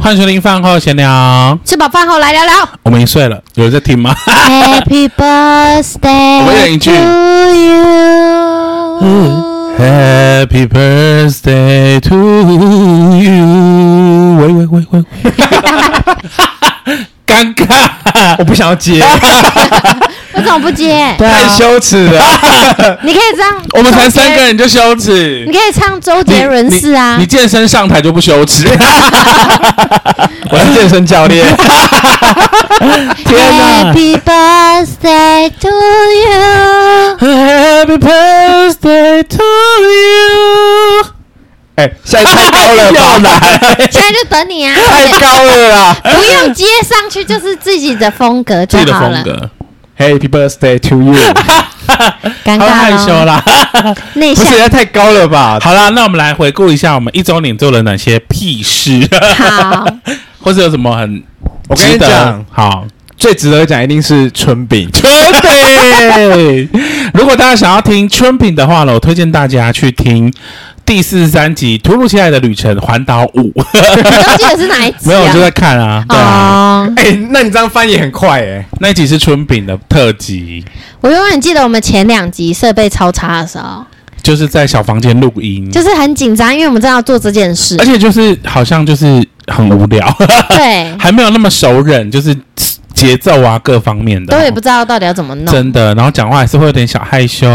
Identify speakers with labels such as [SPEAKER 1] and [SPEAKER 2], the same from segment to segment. [SPEAKER 1] 欢迎收听饭后闲聊。
[SPEAKER 2] 吃饱饭后来聊聊。
[SPEAKER 1] 我们已经睡了，有人在听吗？
[SPEAKER 2] Happy birthday
[SPEAKER 1] 我们演一句
[SPEAKER 2] to you。
[SPEAKER 1] Happy birthday to you！喂喂喂喂，尴尬，
[SPEAKER 3] 我不想要接，
[SPEAKER 2] 为什么不接？
[SPEAKER 3] 太羞耻了。
[SPEAKER 2] 你可以这样，
[SPEAKER 1] 我们才三个
[SPEAKER 2] 周杰，
[SPEAKER 1] 人就羞耻
[SPEAKER 2] 你。可以唱周杰伦式啊
[SPEAKER 1] 你，健身上台就不羞耻，
[SPEAKER 3] 我是健身教练，
[SPEAKER 1] 天哪
[SPEAKER 2] Happy birthday to you。
[SPEAKER 1] ！Happy birthday to you！
[SPEAKER 3] 哎，现在太 高了
[SPEAKER 1] 又
[SPEAKER 3] 吧？
[SPEAKER 1] 来，
[SPEAKER 2] 现在就等你啊，
[SPEAKER 3] 太高了啦
[SPEAKER 1] 哎
[SPEAKER 2] 不用接上去，就是自己的风格就
[SPEAKER 1] 自己的
[SPEAKER 2] 好
[SPEAKER 1] 风
[SPEAKER 2] 了。
[SPEAKER 1] 格，
[SPEAKER 3] ！Happy birthday to you！
[SPEAKER 2] 尴
[SPEAKER 1] 好
[SPEAKER 2] 尬
[SPEAKER 1] 害羞啊
[SPEAKER 2] 咯，
[SPEAKER 1] 啦。
[SPEAKER 2] 内
[SPEAKER 3] 不
[SPEAKER 2] 向
[SPEAKER 3] 是，。现在太高了吧？
[SPEAKER 1] 好啦，那我们来回顾一下我们一周年做了哪些屁事， 啊
[SPEAKER 2] 好，
[SPEAKER 1] 或者有什么很
[SPEAKER 3] 我跟
[SPEAKER 1] 值
[SPEAKER 3] 你
[SPEAKER 1] 得
[SPEAKER 3] 讲，
[SPEAKER 1] 好。
[SPEAKER 3] 最值得讲一定是春 饼。
[SPEAKER 1] 春饼。 如果大家想要听春饼的话呢，我推荐大家去听第四十三集《突如其来的旅程环岛五》。
[SPEAKER 2] 你都记得是哪一 集啊？
[SPEAKER 1] 没有，我就在看啊。对啊，
[SPEAKER 2] 哦，
[SPEAKER 3] 哎，那你这样翻也很快哎。
[SPEAKER 1] 那一集是春饼的特辑，
[SPEAKER 2] 我永远记得我们前两集设备超差的时候，
[SPEAKER 1] 就是在小房间录音，
[SPEAKER 2] 就是很紧张，因为我们正要做这件事
[SPEAKER 1] 而。且就是好像就是很无聊，
[SPEAKER 2] 对，
[SPEAKER 1] 还没有那么熟稔，就是节奏啊各方面的，
[SPEAKER 2] 都也不知道到底要怎么弄，
[SPEAKER 1] 真的。然后讲话还是会有点小害羞，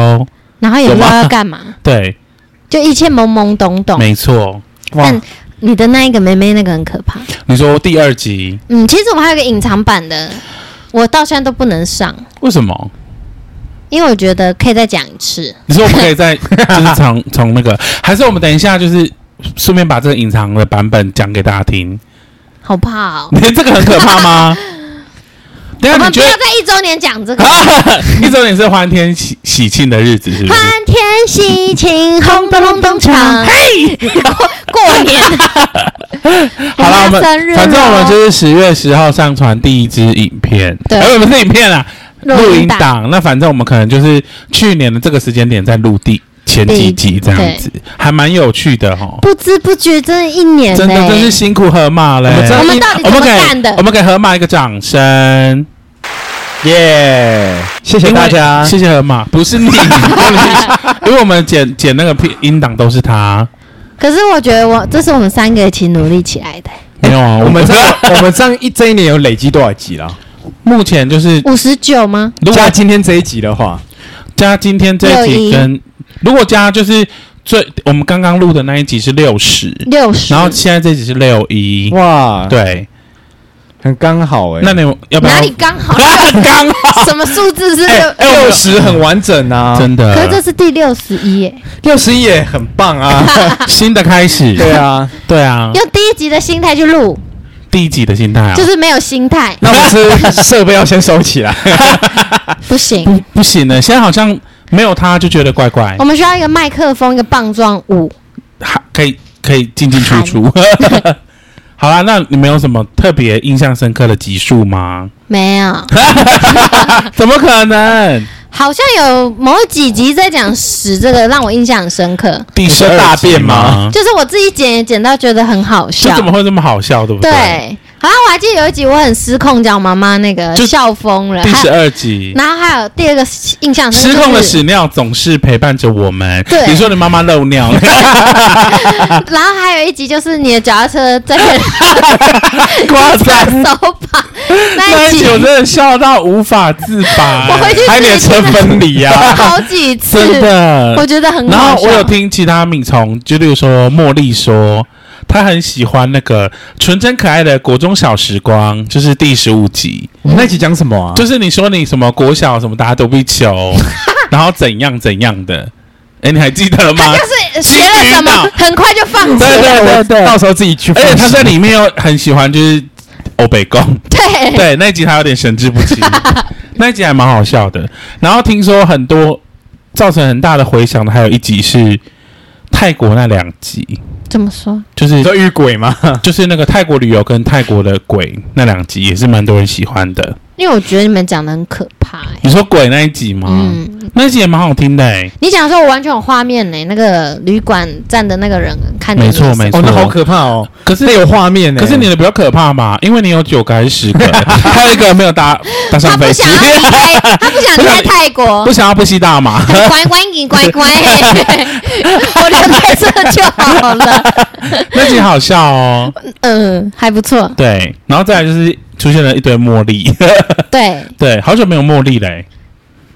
[SPEAKER 2] 然后也不知
[SPEAKER 1] 有
[SPEAKER 2] 道
[SPEAKER 1] 吗
[SPEAKER 2] 要干嘛，
[SPEAKER 1] 对，
[SPEAKER 2] 就一切懵懵懂嗯懂。
[SPEAKER 1] 没错。
[SPEAKER 3] 哇，
[SPEAKER 2] 但你的那一个妹妹那个很可怕。
[SPEAKER 1] 你说第二集
[SPEAKER 2] 嗯，其实我们还有一个隐藏版的，我到现在都不能上，
[SPEAKER 1] 为什么？
[SPEAKER 2] 因为我觉得可以再讲一次。
[SPEAKER 1] 你说我们可以 在就是从从那个，还是我们等一下就是顺便把这个隐藏的版本讲给大家听？
[SPEAKER 2] 好不好？
[SPEAKER 1] 你觉得这个很可怕 吗？等一下
[SPEAKER 2] 我们
[SPEAKER 1] 你
[SPEAKER 2] 不
[SPEAKER 1] 觉
[SPEAKER 2] 要
[SPEAKER 1] 得
[SPEAKER 2] 在一周年讲这个。
[SPEAKER 1] 啊，一周年是欢天喜喜庆的日子，是不是？
[SPEAKER 2] 欢天喜庆，轰咚隆 咚锵！嘿， 过年，
[SPEAKER 1] 好了，我们
[SPEAKER 2] 人家生日
[SPEAKER 1] 反正我们
[SPEAKER 2] 咯
[SPEAKER 1] 就是十月十号上传第一支影片，
[SPEAKER 2] 对
[SPEAKER 1] 哎，不是影片啦，录
[SPEAKER 2] 录
[SPEAKER 1] 音
[SPEAKER 2] 音档
[SPEAKER 1] 档。那反正我们可能就是去年的这个时间点在录第前
[SPEAKER 2] 第
[SPEAKER 1] 几
[SPEAKER 2] 一
[SPEAKER 1] 集这样子，还蛮有趣的哈。
[SPEAKER 2] 不知不觉真的一年欸
[SPEAKER 1] 真的
[SPEAKER 2] 嘞
[SPEAKER 1] 真是辛苦河马嘞！
[SPEAKER 3] 我们真的
[SPEAKER 2] 我们到底
[SPEAKER 1] 我
[SPEAKER 2] 怎么
[SPEAKER 1] 们给
[SPEAKER 2] 干的
[SPEAKER 1] 我？们给河马一个掌声，
[SPEAKER 3] 耶！谢谢大家
[SPEAKER 1] 因为。谢谢河马，不 是你，因为我们剪剪那个片音档都是他，
[SPEAKER 2] 可是我觉得我这是我们三个一起努力起来的、
[SPEAKER 1] 没有啊，
[SPEAKER 3] 我们这
[SPEAKER 1] 这
[SPEAKER 3] 样 我们这样一这一年有累积多少集了？
[SPEAKER 1] 目前就是
[SPEAKER 2] 五十九吗？
[SPEAKER 1] 如果
[SPEAKER 3] 加今天这一集的话，
[SPEAKER 1] 加今天这一集跟如果加就是最我们刚刚录的那一集是六十，
[SPEAKER 2] 六十。
[SPEAKER 1] 然后现在这一集是六一，
[SPEAKER 3] 哇，，
[SPEAKER 1] 对，
[SPEAKER 3] 很刚好哎。
[SPEAKER 1] 那你要不要
[SPEAKER 2] 哪里刚好？
[SPEAKER 1] 刚好？
[SPEAKER 2] 什么数字是六？
[SPEAKER 1] 哎我呃们
[SPEAKER 3] 六十很完整啊，
[SPEAKER 1] 真
[SPEAKER 2] 可是这
[SPEAKER 1] 的，
[SPEAKER 2] 是第六十一耶，
[SPEAKER 3] 六十一也很棒 啊。
[SPEAKER 1] 新的开始，
[SPEAKER 3] 对啊，
[SPEAKER 1] 对啊，
[SPEAKER 2] 用第一集的心态去录，
[SPEAKER 1] 第一集的心态啊，
[SPEAKER 2] 就是没有心态，
[SPEAKER 3] 那我 们是设备要先收起来。
[SPEAKER 2] 不行。
[SPEAKER 1] 不不行了，现在好像没有他就觉得怪怪
[SPEAKER 2] 我，们需要一个麦克风，一个棒状物。
[SPEAKER 1] 还可以可以进进出出。 好啦，那你们有什么特别印象深刻的集数吗？
[SPEAKER 2] 没
[SPEAKER 1] 啊
[SPEAKER 2] 有，
[SPEAKER 1] 怎么可能？
[SPEAKER 2] 好像有某几集在讲屎，这个让我印象很深刻。
[SPEAKER 1] 第
[SPEAKER 3] 说
[SPEAKER 1] 12
[SPEAKER 3] 大便
[SPEAKER 1] 集
[SPEAKER 3] 吗？
[SPEAKER 2] 就是我自己剪也剪到觉得很好
[SPEAKER 1] 就
[SPEAKER 2] 笑
[SPEAKER 1] 怎。么会这么好笑，对不对？
[SPEAKER 2] 对，好像我还记得有一集我很失控，讲我妈妈那个
[SPEAKER 1] 就
[SPEAKER 2] 笑疯了，
[SPEAKER 1] 第
[SPEAKER 2] 还
[SPEAKER 1] 十
[SPEAKER 2] 有
[SPEAKER 1] 二集。
[SPEAKER 2] 然后还有第二个印象深
[SPEAKER 1] 失
[SPEAKER 2] 刻
[SPEAKER 1] 控的
[SPEAKER 2] 就是
[SPEAKER 1] 屎尿总是陪伴着我们。
[SPEAKER 2] 对
[SPEAKER 1] 你说你妈妈漏尿，
[SPEAKER 2] 然后还有一集就是你的脚踏车 在被人
[SPEAKER 1] 瓜仔
[SPEAKER 2] 手把 那
[SPEAKER 1] 那
[SPEAKER 2] 一
[SPEAKER 1] 一
[SPEAKER 2] 集
[SPEAKER 1] 集，我真的笑到无法自拔、 啊
[SPEAKER 2] 我回去
[SPEAKER 3] 还有你的车分离呀、
[SPEAKER 2] 好几次，
[SPEAKER 1] 真的。
[SPEAKER 2] 我觉得很
[SPEAKER 1] 然
[SPEAKER 2] 好
[SPEAKER 1] 后
[SPEAKER 2] 笑。
[SPEAKER 1] 我有听其他米虫，就例如说茉莉说，她很喜欢那个纯真可爱的国中小时光，就是第十五集，
[SPEAKER 3] 我们那集讲什么啊？
[SPEAKER 1] 就是你说你什么国小什么打躲避 球，然后怎样怎样的，哎，你还记得 吗
[SPEAKER 2] 他？就是学了什么
[SPEAKER 1] 新，
[SPEAKER 2] 很快就放弃
[SPEAKER 1] 对对
[SPEAKER 2] 了。
[SPEAKER 1] 对对
[SPEAKER 3] 到时候自己去 复
[SPEAKER 1] 而且
[SPEAKER 3] 习。
[SPEAKER 1] 他在里面又很喜欢就是欧北贡，
[SPEAKER 2] 对，
[SPEAKER 1] 对那一集他有点神志不 清，那一集还蛮好笑的。然后听说很多造成很大的回响的，还有一集是泰国那两集，
[SPEAKER 2] 怎么说？
[SPEAKER 1] 就是
[SPEAKER 3] 你说遇鬼吗？
[SPEAKER 1] 就是那个泰国旅游跟泰国的鬼那两集也是蛮多人喜欢的。
[SPEAKER 2] 因为我觉得你们讲的很可怕、欸。
[SPEAKER 1] 你说鬼那一集吗？
[SPEAKER 2] 嗯，
[SPEAKER 1] 那一集也蛮好听的、欸，
[SPEAKER 2] 欸你讲的时候我完全有画面呢、那个旅馆站的那个人很看着你
[SPEAKER 1] 没错没错
[SPEAKER 3] 哦，那好可怕哦，
[SPEAKER 1] 可是
[SPEAKER 3] 那有画面呢。
[SPEAKER 1] 可是你的比较可怕嘛，因为你有九个还是十个，欸 还有一个没有搭搭
[SPEAKER 2] 他
[SPEAKER 1] 上
[SPEAKER 2] 不
[SPEAKER 1] 飞机
[SPEAKER 2] 想，要离开，他不想离开泰 国
[SPEAKER 1] 不，想要不吸大 麻，
[SPEAKER 2] 乖乖你乖 乖，我留在这就 好了。
[SPEAKER 1] 那集好笑哦。
[SPEAKER 2] 嗯，还不错，
[SPEAKER 1] 对，然后再来就是出现了一堆茉莉，
[SPEAKER 2] 对，
[SPEAKER 1] 对，好久没有茉莉嘞、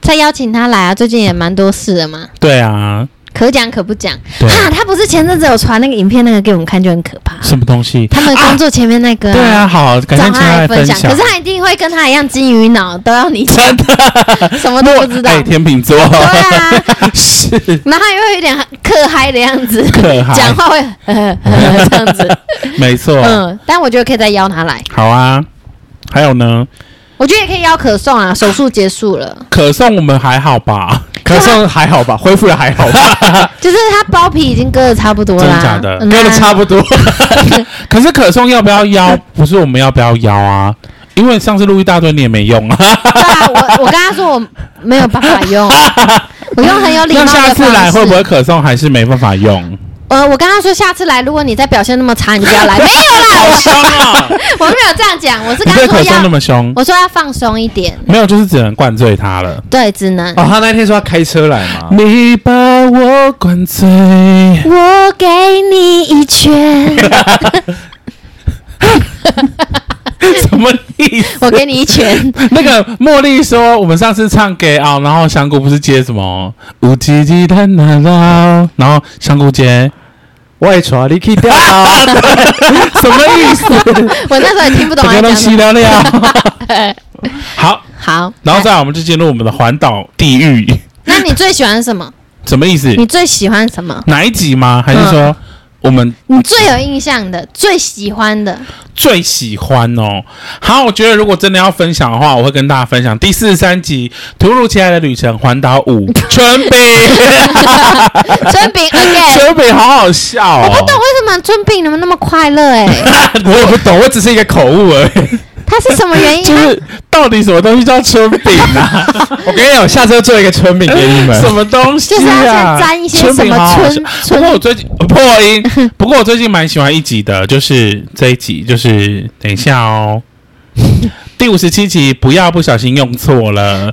[SPEAKER 2] 再邀请他来啊，最近也蛮多事的嘛，
[SPEAKER 1] 对啊，
[SPEAKER 2] 可讲可不讲。
[SPEAKER 1] 对，
[SPEAKER 2] 哈，他不是前阵子有传那个影片，那个给我们看就很可怕。
[SPEAKER 1] 什么东西？
[SPEAKER 2] 他们工作前面那个、
[SPEAKER 1] 对啊，，好，感谢
[SPEAKER 2] 找
[SPEAKER 1] 请
[SPEAKER 2] 他
[SPEAKER 1] 他来
[SPEAKER 2] 分
[SPEAKER 1] 享。
[SPEAKER 2] 可是他一定会跟他一样金鱼脑，都要你讲，
[SPEAKER 1] 真的
[SPEAKER 2] 什么都不知道。
[SPEAKER 1] 哎，天秤 座
[SPEAKER 2] 对啊，
[SPEAKER 1] 是
[SPEAKER 2] 然后他也会有点克嗨的样子，
[SPEAKER 1] 可嗨
[SPEAKER 2] 讲话会呵呵呵这样子。
[SPEAKER 1] 没错。
[SPEAKER 2] 嗯，但我觉得可以再邀他来，
[SPEAKER 1] 好啊，还有呢，
[SPEAKER 2] 我觉得也可以邀可颂啊，手术结束了，
[SPEAKER 1] 可颂我们还好吧？
[SPEAKER 3] 可是还好吧，恢复的还好吧，
[SPEAKER 2] 就是他包皮已经割的差不多啦，
[SPEAKER 1] 真的假的
[SPEAKER 2] 嗯啊
[SPEAKER 3] 割的差不多。
[SPEAKER 1] 可是可颂要不要邀？不是我们要不要邀啊？因为上次录一大堆你也没用啊。
[SPEAKER 2] 对啊，我我跟他说我没有办法 用，我用很有哦礼
[SPEAKER 1] 那
[SPEAKER 2] 貌的
[SPEAKER 1] 下
[SPEAKER 2] 方
[SPEAKER 1] 次
[SPEAKER 2] 式。
[SPEAKER 1] 来会不会可颂还是没办法用？
[SPEAKER 2] 呃，我跟他说下次来，如果你再表现那么差，你就要 来。没有啦，
[SPEAKER 1] 凶啊！
[SPEAKER 2] 我我没有这样讲，我
[SPEAKER 1] 你
[SPEAKER 2] 是跟他
[SPEAKER 1] 对可
[SPEAKER 2] 说
[SPEAKER 1] 颂那
[SPEAKER 2] 要，
[SPEAKER 1] 么凶，
[SPEAKER 2] 我说要放松一点，
[SPEAKER 1] 没有就是只能灌醉他了。
[SPEAKER 2] 对，只能、
[SPEAKER 3] 哦，他那天说要开车来嘛，
[SPEAKER 1] 你把我灌 醉，
[SPEAKER 2] 我给你一拳，
[SPEAKER 1] 什么意思？
[SPEAKER 2] 我给你一拳，
[SPEAKER 1] 那个茉莉说，我们上次唱《给啊，然后香菇不是接什么“无叽叽的啦啦”，然后香菇接
[SPEAKER 3] 我也抓你去掉。
[SPEAKER 1] 什么意思？
[SPEAKER 2] 我那时候也听不懂
[SPEAKER 1] 大
[SPEAKER 2] 他
[SPEAKER 1] 家都
[SPEAKER 2] 讲什
[SPEAKER 1] 西 聊
[SPEAKER 2] 么。
[SPEAKER 1] 聊。好，
[SPEAKER 2] 好，
[SPEAKER 1] 然后再来我们就进入我们的环岛地狱，
[SPEAKER 2] 那你最喜欢什么？
[SPEAKER 1] 什么意思？
[SPEAKER 2] 你最喜欢什么？
[SPEAKER 1] 哪一集吗？还是说我们
[SPEAKER 2] 你最有印象的、最喜欢 的？
[SPEAKER 1] 最喜欢哦？好，我觉得如果真的要分享的话，我会跟大家分享第四十三集《突如其来的旅程环岛 五》春饼，
[SPEAKER 2] 春饼 again，
[SPEAKER 1] 春饼好好笑
[SPEAKER 2] 我
[SPEAKER 1] 哦！
[SPEAKER 2] 不懂为什么春饼你们那么快 乐哎、
[SPEAKER 3] 我也不懂，我只是一个口误而已。
[SPEAKER 2] 它是什么 原因？
[SPEAKER 1] 就是到底什么东西叫春饼 啊？
[SPEAKER 3] 我跟你讲，我下次要做一个春饼给你们。
[SPEAKER 1] 什么东西、啊？
[SPEAKER 2] 就是要先沾一些
[SPEAKER 1] 春饼
[SPEAKER 2] 什么
[SPEAKER 1] 好好
[SPEAKER 2] 春
[SPEAKER 1] 吃不过我最近呃破音，不过我最近蛮喜欢一集的，就是这一集，就是等一下哦，第五十七集不要不小心用错 了，
[SPEAKER 2] 我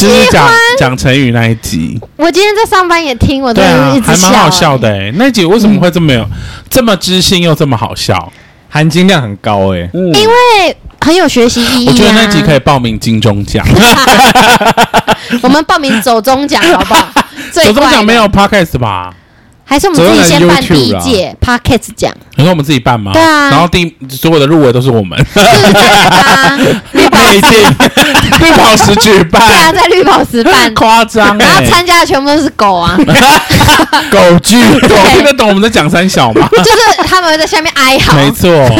[SPEAKER 1] 就
[SPEAKER 2] 也
[SPEAKER 1] 是
[SPEAKER 2] 喜
[SPEAKER 1] 讲
[SPEAKER 2] 欢。
[SPEAKER 1] 讲成语那一集，
[SPEAKER 2] 我今天在上班也听，我都
[SPEAKER 1] 对啊
[SPEAKER 2] 一，
[SPEAKER 1] 还
[SPEAKER 2] 直笑、嗯
[SPEAKER 1] 蛮好笑的、欸。那一集为什么会这么有、这么知性又这么好笑？
[SPEAKER 3] 含金量很高哎。
[SPEAKER 1] 嗯，
[SPEAKER 2] 因为很有学习意义、
[SPEAKER 1] 我
[SPEAKER 2] 啊。
[SPEAKER 1] 觉得那集可以报名金钟奖，
[SPEAKER 2] 我们报名走中奖好 不好？最
[SPEAKER 1] 金
[SPEAKER 2] 快
[SPEAKER 1] 钟
[SPEAKER 2] 的
[SPEAKER 1] 奖没有，podcast 吧？
[SPEAKER 2] 还是我们自己先办
[SPEAKER 3] 走中奖
[SPEAKER 2] 第一
[SPEAKER 3] YouTube 啦
[SPEAKER 2] 届 podcast 奖，
[SPEAKER 1] 你说我们自己办吗？
[SPEAKER 2] 对啊
[SPEAKER 1] 然后第所有的入围都是我们，
[SPEAKER 2] 就是在那个啊绿宝
[SPEAKER 1] 不一
[SPEAKER 2] 石，
[SPEAKER 1] 定，绿宝石举办，
[SPEAKER 2] 对 啊，在绿宝石办，
[SPEAKER 1] 夸张
[SPEAKER 2] 然后
[SPEAKER 1] 哎，
[SPEAKER 2] 参加的全部都是狗啊，
[SPEAKER 1] 狗剧，我听得懂我们在讲三小吗？
[SPEAKER 2] 就是他们会在下面哀嚎。
[SPEAKER 1] 没错。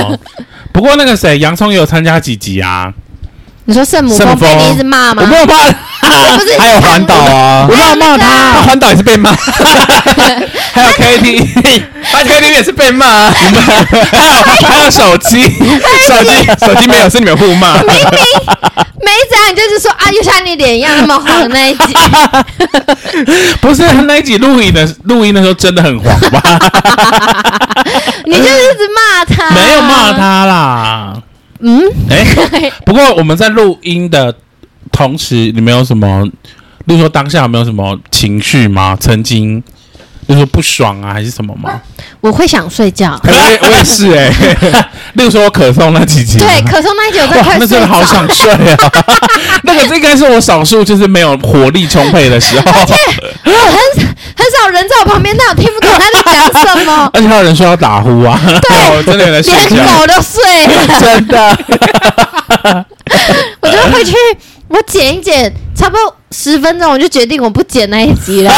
[SPEAKER 1] 不过那个谁，洋葱也有参加几集啊？
[SPEAKER 2] 你说圣母
[SPEAKER 1] 圣母
[SPEAKER 2] 峰被
[SPEAKER 1] 峰
[SPEAKER 2] 你一直骂
[SPEAKER 1] 我
[SPEAKER 2] 吗？
[SPEAKER 1] 没有骂，
[SPEAKER 2] 是不是
[SPEAKER 3] 还有环岛 啊，
[SPEAKER 1] 我没有骂
[SPEAKER 3] 他
[SPEAKER 1] 他，
[SPEAKER 3] 环岛也是被骂，
[SPEAKER 1] 还有 K T，
[SPEAKER 3] 他 K 里也是被骂，啊
[SPEAKER 1] 还有还有手机，
[SPEAKER 2] 哎
[SPEAKER 3] 手机手机没有是你们互骂，
[SPEAKER 2] 明明每一张你就是说啊，就像你脸一样那么黄那一 集，
[SPEAKER 1] 不是他那一集录影的录音的时候真的很黄吧？
[SPEAKER 2] 你就是一直骂他，
[SPEAKER 1] 没有骂，他啦。
[SPEAKER 2] 嗯，
[SPEAKER 1] 哎，不过我们在录音的同时，你们有什么，例如说当下有没有什么情绪吗？曾经，就是说不爽啊，还是什么吗？
[SPEAKER 2] 我会想睡觉。
[SPEAKER 3] 我也我也是哎，
[SPEAKER 1] 例如说我可颂那几集，
[SPEAKER 2] 对，可颂那一集我真的
[SPEAKER 1] 哇
[SPEAKER 2] 快，
[SPEAKER 1] 那
[SPEAKER 2] 睡
[SPEAKER 1] 真的好
[SPEAKER 2] 着
[SPEAKER 1] 想睡啊！ 那个应该是我少数就是没有活力充沛的时候，
[SPEAKER 2] 我很很少人在我旁边，但我听不懂他在讲什么
[SPEAKER 1] ，而且还有人说要打呼啊，
[SPEAKER 2] 对
[SPEAKER 1] 我真的有 在睡
[SPEAKER 2] 连
[SPEAKER 1] 觉，
[SPEAKER 2] 狗都睡 了。
[SPEAKER 1] 真的。
[SPEAKER 2] 我就回去，我剪一剪，差不多十分钟，我就决定我不剪那一 集了。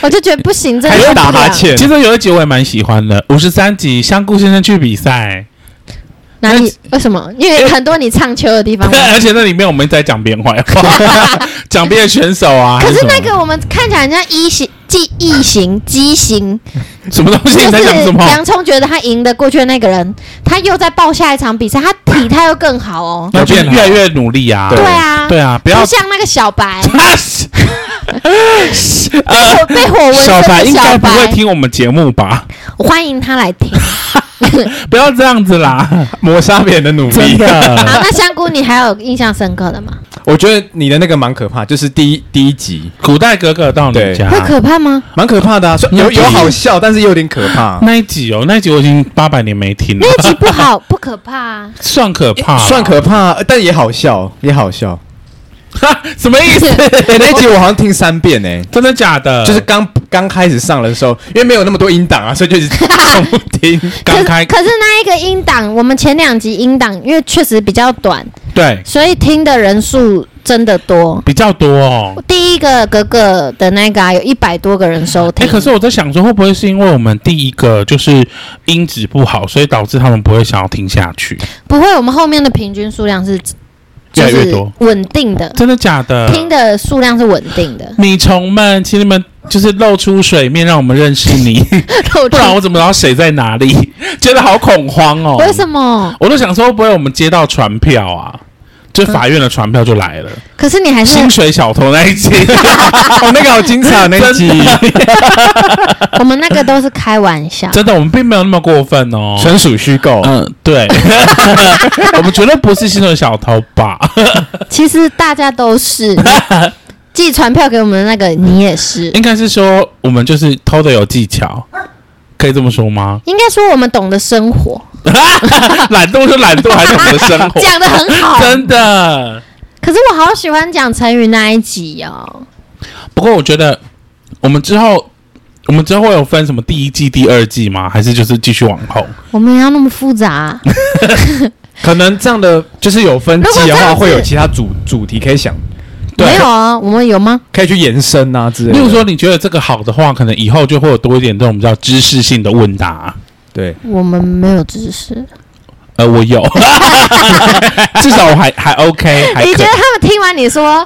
[SPEAKER 2] 我就觉得不行，真的
[SPEAKER 3] 还
[SPEAKER 2] 受
[SPEAKER 3] 是
[SPEAKER 2] 不
[SPEAKER 3] 打哈
[SPEAKER 2] 了。
[SPEAKER 3] 欠
[SPEAKER 1] 其，实有一集我也蛮喜欢的，五十三集香菇先生去比赛，
[SPEAKER 2] 哪里？为什么？因为很多你唱秋的地方嘛。
[SPEAKER 1] 而且那里面我 们一直在讲别人坏话，讲别的选手啊。
[SPEAKER 2] 可
[SPEAKER 1] 还
[SPEAKER 2] 是
[SPEAKER 1] 什么
[SPEAKER 2] 那个我们看起来很像一星记异形、畸形，
[SPEAKER 1] 什么东
[SPEAKER 2] 就
[SPEAKER 1] 西？你在讲什
[SPEAKER 2] 是
[SPEAKER 1] 么？
[SPEAKER 2] 洋葱觉得他赢得过去的那个人，他又在报下一场比赛，他体态又更好哦。
[SPEAKER 1] 那就
[SPEAKER 3] 有变
[SPEAKER 1] 越
[SPEAKER 3] 好
[SPEAKER 1] 来越努力啊！
[SPEAKER 2] 对啊，
[SPEAKER 1] 对啊，不要
[SPEAKER 2] 像那个小 白，
[SPEAKER 1] 呃
[SPEAKER 2] 我被火纹身
[SPEAKER 1] 小白
[SPEAKER 2] 的
[SPEAKER 1] 应该
[SPEAKER 2] 小
[SPEAKER 1] 不会
[SPEAKER 2] 白，
[SPEAKER 1] 听我们节目吧？
[SPEAKER 2] 我欢迎他来 听。
[SPEAKER 1] 不要这样子 啦，
[SPEAKER 3] 抹杀别人的努
[SPEAKER 1] 真
[SPEAKER 3] 力。
[SPEAKER 2] 好，
[SPEAKER 1] 的。
[SPEAKER 2] 那香菇，你还有印象深刻的吗？
[SPEAKER 3] 我觉得你的那个蛮可怕，就是第一第一集
[SPEAKER 1] 古代哥哥到啊你
[SPEAKER 3] 对
[SPEAKER 1] 家
[SPEAKER 2] 会可怕吗？
[SPEAKER 3] 蛮可怕的啊，所以有有好笑，但是又有点可怕，
[SPEAKER 1] 那一集哦，那一集我已经八百年没听了，
[SPEAKER 2] 那一集不 好，不可怕啊。
[SPEAKER 1] 算可怕，
[SPEAKER 3] 算可怕，但也好笑，也好 笑。
[SPEAKER 1] 怕， 什么 意思？
[SPEAKER 3] 哎，那一集我好像听三遍欸呢，
[SPEAKER 1] 真的假的？
[SPEAKER 3] 就是刚刚开始上的时候，因为没有那么多音档啊，所以就是 重听。
[SPEAKER 1] 刚开
[SPEAKER 2] 可可是那一个音档，我们前两集音档，因为确实比较短，
[SPEAKER 1] 对
[SPEAKER 2] 所以听的人数真的多。
[SPEAKER 1] 比较多哦。
[SPEAKER 2] 第一个格格的那个、啊、有一百多个人收
[SPEAKER 1] 哎、
[SPEAKER 2] 听，
[SPEAKER 1] 可是我在想说，会不会是因为我们第一个就是音质不好，所以导致他们不会想要听下去？
[SPEAKER 2] 不会，我们后面的平均数量是
[SPEAKER 1] 越
[SPEAKER 2] 就
[SPEAKER 1] 来越
[SPEAKER 2] 是
[SPEAKER 1] 多嗯
[SPEAKER 2] 稳定的，
[SPEAKER 1] 真的假的？。
[SPEAKER 2] 听的数量是稳定的
[SPEAKER 1] 米虫们，请你们就是露出水面，让我们认识你，不 然我怎么知道谁在哪里？觉得好恐慌哦。
[SPEAKER 2] 为什么？
[SPEAKER 1] 我都想说，会不会我们接到传票啊？就法院的传票就来了，
[SPEAKER 2] 可是你还是
[SPEAKER 1] 薪水小偷那一集，
[SPEAKER 3] 哦，那个好精彩，那一集
[SPEAKER 1] 真
[SPEAKER 2] 我们那个都是开玩笑，
[SPEAKER 1] 真的，我们并没有那么过分哦。
[SPEAKER 3] 纯属虚构。
[SPEAKER 1] 嗯，对， 我们绝对不是薪水小偷吧？
[SPEAKER 2] 其实大家都 是寄传票给我们的那个，你也是。
[SPEAKER 1] 应该是说我们就是偷的有技巧，可以这么说
[SPEAKER 2] ？
[SPEAKER 1] 吗
[SPEAKER 2] 应该说我们懂得生活，
[SPEAKER 1] 懒惰是懒惰，还是我们的生 活？
[SPEAKER 2] 讲的很好。
[SPEAKER 1] 哦真的。
[SPEAKER 2] 可是我好喜欢讲成语那一集哦。
[SPEAKER 1] 不过我觉得我们之后，我们之后会有分什么第一季、第二季吗？还是就是继续往后？
[SPEAKER 2] 我们要那么复杂、
[SPEAKER 3] 可能这样的就是有分
[SPEAKER 2] 如果
[SPEAKER 3] 季
[SPEAKER 2] 这
[SPEAKER 3] 的
[SPEAKER 2] 样
[SPEAKER 3] 话，
[SPEAKER 2] 子
[SPEAKER 3] 会有其他主主题可以想，
[SPEAKER 1] 对
[SPEAKER 2] 没有啊？我们有吗？
[SPEAKER 3] 可以去延伸啊之类的。
[SPEAKER 1] 例如说，你觉得这个好的话，可能以后就会有多一点这种比较知识性的问答。
[SPEAKER 3] 对，
[SPEAKER 2] 我们没有知识。
[SPEAKER 1] 呃，我 有，至少我还还 OK，还
[SPEAKER 2] 你觉
[SPEAKER 1] 可
[SPEAKER 2] 得他们听完你说，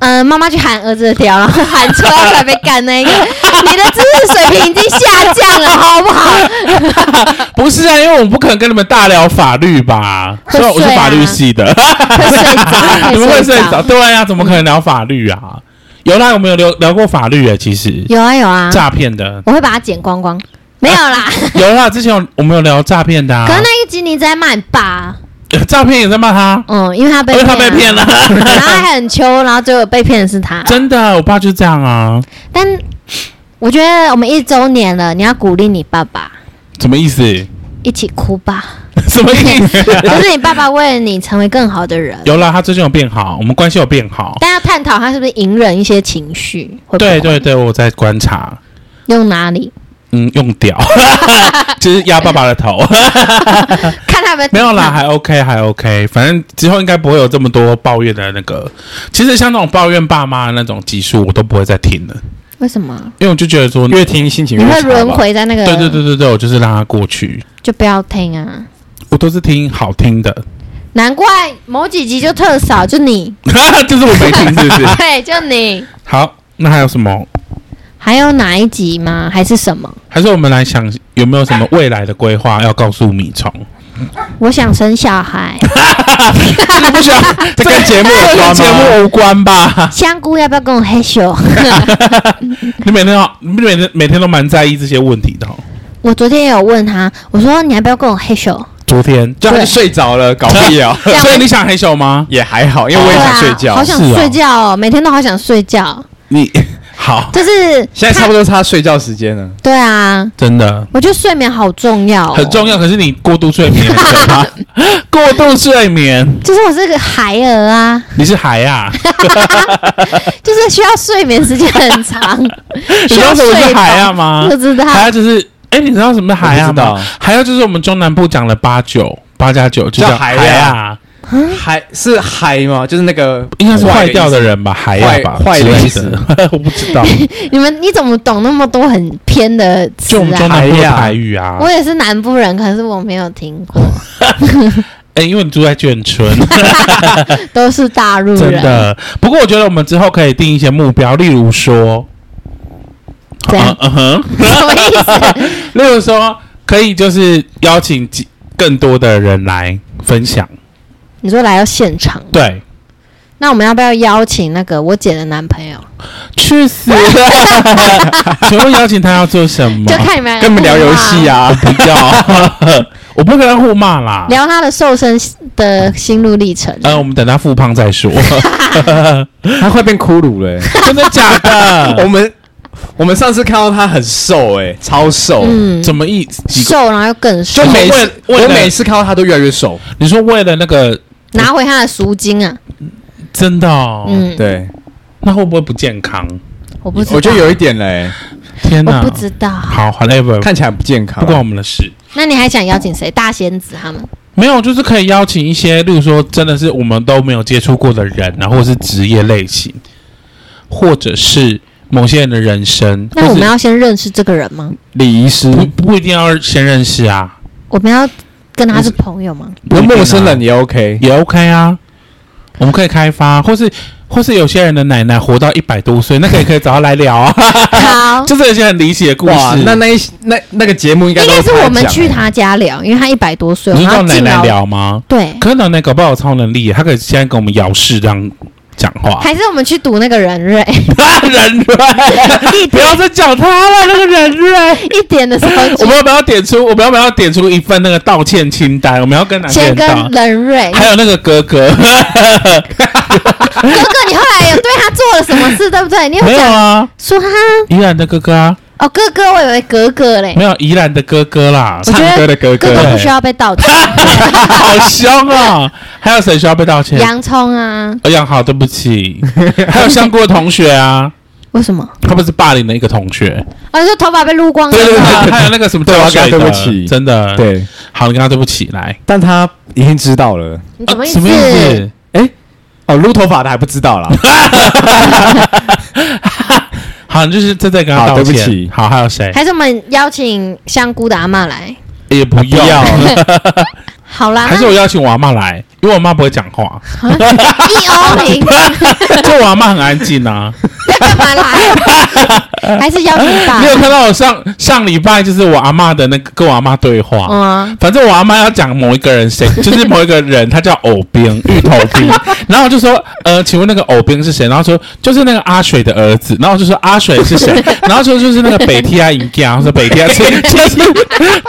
[SPEAKER 2] 嗯、妈妈去喊儿子的条，然后喊出来才被 干那一个，你的知识水平已经下降了，好不好？
[SPEAKER 1] 不是啊，因为我不可能跟你们大聊法律吧？
[SPEAKER 2] 会
[SPEAKER 1] 虽然我是
[SPEAKER 2] 睡啊
[SPEAKER 1] 法律系的，
[SPEAKER 2] 会睡着，
[SPEAKER 1] 你们 会睡着？
[SPEAKER 2] 着。
[SPEAKER 1] 对啊，怎么可能聊法律啊？有啦，我们有聊聊过法律诶，其实
[SPEAKER 2] 有啊有啊，
[SPEAKER 1] 诈骗的
[SPEAKER 2] 我会把它剪光
[SPEAKER 1] 啊
[SPEAKER 2] 光。没有啦，
[SPEAKER 1] 有啦，之前有我们有聊诈骗的、啊，
[SPEAKER 2] 可是那一集你在骂你爸，
[SPEAKER 1] 诈骗也在骂他，
[SPEAKER 2] 嗯，因为他被
[SPEAKER 1] 因哦为他被骗
[SPEAKER 2] 骗
[SPEAKER 1] 了
[SPEAKER 2] 啊，然后 还很秋，然后最后被骗的是他。
[SPEAKER 1] 真的，我爸就这样啊，
[SPEAKER 2] 但我觉得我们一周年了，你要鼓励你爸爸，
[SPEAKER 1] 什么意思？
[SPEAKER 2] 一起哭吧，
[SPEAKER 1] 什 么意思？
[SPEAKER 2] 就是你爸爸为了你成为更好的人。
[SPEAKER 1] 有啦，他最近有变好，我们关系有变好。
[SPEAKER 2] 但要探讨他是不是隐忍一些情绪，会不
[SPEAKER 1] 对
[SPEAKER 2] 会
[SPEAKER 1] 对对，我在观察，
[SPEAKER 2] 用哪里
[SPEAKER 1] 嗯，用屌， 就是压爸爸的头，
[SPEAKER 2] 看他们
[SPEAKER 1] 没有啦， 还 OK，还 OK，反正之后应该不会有这么多抱怨的那个。其实像那种抱怨爸妈的那种集数，我都不会再听了，
[SPEAKER 2] 为什么
[SPEAKER 1] 因为我就觉得说，
[SPEAKER 3] 越听心情
[SPEAKER 2] 你
[SPEAKER 3] 越
[SPEAKER 2] 会
[SPEAKER 3] 差吧
[SPEAKER 2] 轮回在那个？
[SPEAKER 1] 对对，对对对，我就是让它过去，
[SPEAKER 2] 就不要听啊！
[SPEAKER 1] 我都是听好听的，
[SPEAKER 2] 难怪某几集就特少，就你
[SPEAKER 1] 就是我没听，是 不是？
[SPEAKER 2] 对，就你。
[SPEAKER 1] 好，那还有什么？
[SPEAKER 2] 还有哪一集吗？还是什么？
[SPEAKER 1] 还是我们来想有没有什么未来的规划要告诉米虫？
[SPEAKER 2] 我想生 小孩，
[SPEAKER 1] 这个不需要，
[SPEAKER 3] 这跟节目有关吗？
[SPEAKER 1] 节目无关吧？
[SPEAKER 2] 香菇要不要跟我害羞？
[SPEAKER 1] 你每天要，你每天每天都蛮在意这些问题的、哦。
[SPEAKER 2] 我昨天也有问他，我说你要不要跟我害羞？
[SPEAKER 1] 昨天，
[SPEAKER 3] 就他 就睡着了，搞屁啊！
[SPEAKER 2] 这样
[SPEAKER 1] 所以你想黑手吗？
[SPEAKER 3] 也还好，因为我也想睡
[SPEAKER 2] 对啊
[SPEAKER 3] 觉
[SPEAKER 2] 好。想睡觉哦，每天都好想睡觉，
[SPEAKER 1] 你 好，
[SPEAKER 2] 就是
[SPEAKER 3] 现在差不多是他睡觉时间了，
[SPEAKER 2] 对啊，
[SPEAKER 1] 真的
[SPEAKER 2] 我觉得睡眠好重要、哦
[SPEAKER 1] 很重要。可是你过度睡眠很可 怕，过度睡眠，
[SPEAKER 2] 就是我是个孩 儿啊，
[SPEAKER 1] 你是海 啊？
[SPEAKER 2] 就是需要睡眠时间很 长，
[SPEAKER 1] 你
[SPEAKER 2] 需
[SPEAKER 1] 知
[SPEAKER 2] 要
[SPEAKER 1] 道什
[SPEAKER 2] 睡
[SPEAKER 1] 么是啊
[SPEAKER 2] 饱
[SPEAKER 1] 海亚吗
[SPEAKER 2] 不？知道，
[SPEAKER 1] 海亚就是，哎，你知道什么是海亚
[SPEAKER 3] 我不知
[SPEAKER 1] 吗
[SPEAKER 3] 道？
[SPEAKER 1] 海亚就是我们中南部讲的八九八加九，就
[SPEAKER 3] 叫
[SPEAKER 1] 叫
[SPEAKER 3] 海啊
[SPEAKER 1] 海
[SPEAKER 3] 亚
[SPEAKER 1] 亚，
[SPEAKER 3] 嗨是嗨吗？就是那个
[SPEAKER 1] 应该是坏掉的
[SPEAKER 3] 人，
[SPEAKER 1] 人吧？海亚吧？
[SPEAKER 3] 坏坏的意
[SPEAKER 1] 之
[SPEAKER 3] 思
[SPEAKER 1] 类的， 我不知 道。
[SPEAKER 2] 你们你怎么懂那么多很偏的词
[SPEAKER 1] 就我们中
[SPEAKER 2] 啊？
[SPEAKER 1] 南部
[SPEAKER 3] 海
[SPEAKER 1] 的
[SPEAKER 3] 亚
[SPEAKER 1] 台语啊，
[SPEAKER 2] 我也是南部人，可是我没有听过，
[SPEAKER 1] 哎、因为你住在眷 村，
[SPEAKER 2] 都是大陆
[SPEAKER 1] 真
[SPEAKER 2] 人。
[SPEAKER 1] 的。不过我觉得我们之后可以定一些目标，例如说，
[SPEAKER 2] 怎样？
[SPEAKER 1] 嗯哼，
[SPEAKER 2] 什么意思？
[SPEAKER 1] 例如说，可以就是邀请几更多的人来分享，
[SPEAKER 2] 你说来到现场，
[SPEAKER 1] 对，
[SPEAKER 2] 那我们要不要邀请那个我姐的男朋友？
[SPEAKER 1] 去 死！请问邀请他要做什么？
[SPEAKER 2] 就看你们
[SPEAKER 3] 跟我们聊游戏
[SPEAKER 2] 啊，
[SPEAKER 3] 啊，
[SPEAKER 1] 不要，我不跟他互骂啦。
[SPEAKER 2] 聊他的瘦身的心路历程。
[SPEAKER 1] 呃，我们等他复胖再说。
[SPEAKER 3] 他快变骷髅了欸、
[SPEAKER 1] 真的假
[SPEAKER 3] 我
[SPEAKER 1] 的？
[SPEAKER 3] 们我们上次看到他很瘦、欸，哎，超瘦，
[SPEAKER 2] 嗯，
[SPEAKER 1] 哦怎么一几个？
[SPEAKER 2] 瘦然后又更瘦
[SPEAKER 3] 就，每
[SPEAKER 1] 为
[SPEAKER 3] 次
[SPEAKER 1] 为了
[SPEAKER 3] 我每次看到他都越来越瘦。
[SPEAKER 1] 你说为了那个
[SPEAKER 2] 拿回他的赎金啊。
[SPEAKER 1] 真的、哦？
[SPEAKER 2] 嗯，
[SPEAKER 3] 对，
[SPEAKER 1] 那会不会不健康？
[SPEAKER 2] 我不知道，
[SPEAKER 3] 我觉得有一点嘞、
[SPEAKER 1] 天哪！
[SPEAKER 2] 我不知道。
[SPEAKER 1] 好，however，
[SPEAKER 3] 看起来不健康。
[SPEAKER 1] 嗯不关我们的事。
[SPEAKER 2] 那你还想邀请谁？大仙子他们？
[SPEAKER 1] 没有，就是可以邀请一些，例如说，真的是我们都没有接触过的人，然后是职业类型，或者是某些人的人生。
[SPEAKER 2] 那我
[SPEAKER 1] 或
[SPEAKER 2] 们
[SPEAKER 1] 是
[SPEAKER 2] 要先认识这个人吗？
[SPEAKER 3] 礼仪师
[SPEAKER 1] 不不一定要先认识啊，
[SPEAKER 2] 我们要跟他是朋友吗？
[SPEAKER 3] 不是陌生人
[SPEAKER 1] 不一定啊
[SPEAKER 3] 也 OK，
[SPEAKER 1] 也 OK 啊。我们可以开发，或是或是有些人的奶奶活到一百多岁，那个也可以找他来聊啊。
[SPEAKER 2] 好，
[SPEAKER 1] 就是有些很离奇的故
[SPEAKER 3] 哇，
[SPEAKER 1] 事。
[SPEAKER 3] 那那一那那个节目应该
[SPEAKER 2] 应
[SPEAKER 3] 都
[SPEAKER 2] 该是
[SPEAKER 3] 他
[SPEAKER 2] 我们
[SPEAKER 3] 讲
[SPEAKER 2] 去
[SPEAKER 3] 欸
[SPEAKER 2] 他家聊，因为他一百多岁，我
[SPEAKER 1] 你
[SPEAKER 2] 们
[SPEAKER 1] 是
[SPEAKER 2] 要
[SPEAKER 1] 叫奶
[SPEAKER 2] 进
[SPEAKER 1] 奶
[SPEAKER 2] 聊。
[SPEAKER 1] 聊吗？
[SPEAKER 2] 对，
[SPEAKER 1] 可是奶奶搞不好有超能力，她可以现在跟我们咬视这样讲话。
[SPEAKER 2] 还是我们去赌那个人瑞，
[SPEAKER 1] 人 瑞，不要再讲他了，那个人 瑞。
[SPEAKER 2] 一点的时候
[SPEAKER 1] 我
[SPEAKER 2] 去
[SPEAKER 1] 们要不要点出？我们要不要点出一份那个道歉清单？我们要跟哪些
[SPEAKER 2] 先
[SPEAKER 1] 人
[SPEAKER 2] 跟
[SPEAKER 1] 道？
[SPEAKER 2] 人瑞。
[SPEAKER 1] 还有那个哥哥，
[SPEAKER 2] 哥哥，你后来有对他做了什么事，对不对？你有
[SPEAKER 1] 没有
[SPEAKER 2] 讲
[SPEAKER 1] 啊？
[SPEAKER 2] 说他
[SPEAKER 1] 宜兰的哥哥啊，
[SPEAKER 2] 哦，哥哥，我以为哥哥嘞
[SPEAKER 1] 没。有宜兰的哥哥 啦，
[SPEAKER 2] 我觉得
[SPEAKER 3] 唱歌的哥哥
[SPEAKER 2] 哥哥
[SPEAKER 1] 对
[SPEAKER 2] 不需要被道歉，
[SPEAKER 1] 好凶啊！还有谁需要被道歉？
[SPEAKER 2] 洋葱啊？
[SPEAKER 1] 哎呀，好，对不起。 还有香菇的同学啊，
[SPEAKER 2] 为什么？
[SPEAKER 1] 他们是霸凌的一个同 学。
[SPEAKER 2] 啊，你说头发被撸光了
[SPEAKER 3] 对对
[SPEAKER 1] 对
[SPEAKER 3] 对
[SPEAKER 1] 啊
[SPEAKER 3] 对
[SPEAKER 1] 还有那个什么
[SPEAKER 3] 对
[SPEAKER 1] 掉
[SPEAKER 3] 我要
[SPEAKER 1] 水
[SPEAKER 3] 跟他
[SPEAKER 1] 的，
[SPEAKER 3] 对不起
[SPEAKER 1] 真的，，
[SPEAKER 3] 对，
[SPEAKER 1] 好，你跟他对不起，来，
[SPEAKER 3] 但他已经知道了。
[SPEAKER 2] 你什么
[SPEAKER 1] 啊
[SPEAKER 2] 意
[SPEAKER 1] 什么意
[SPEAKER 2] 思？
[SPEAKER 1] 思？
[SPEAKER 3] 哦，撸头发的还不知道啦。
[SPEAKER 1] 好，你就是正在跟他
[SPEAKER 3] 好
[SPEAKER 1] 道
[SPEAKER 3] 对不
[SPEAKER 1] 歉。
[SPEAKER 3] 起
[SPEAKER 1] 好，还有谁？
[SPEAKER 2] 还是我们邀请香菇的阿嬷来？
[SPEAKER 1] 也不
[SPEAKER 3] 啊不要
[SPEAKER 1] 要，
[SPEAKER 2] 好啦，
[SPEAKER 1] 哦还是我邀请我阿妈来，因为我妈不会讲话，
[SPEAKER 2] 一欧零，
[SPEAKER 1] 就我阿妈很安静啊。
[SPEAKER 2] 要干嘛来？ 还是邀请爸
[SPEAKER 1] 你？有看到我上上礼拜就是我阿妈的那个跟我阿妈对话，
[SPEAKER 2] 嗯啊，
[SPEAKER 1] 反正我阿妈要讲某一个人 谁，就是某一个人，他叫偶兵芋头 兵，然后我就说，呃，请问那个偶兵是谁？然后说就是那个阿水的儿子，然后我就说阿水是谁？ 然后说就是那个北提亚银家，然后说北提亚 是就是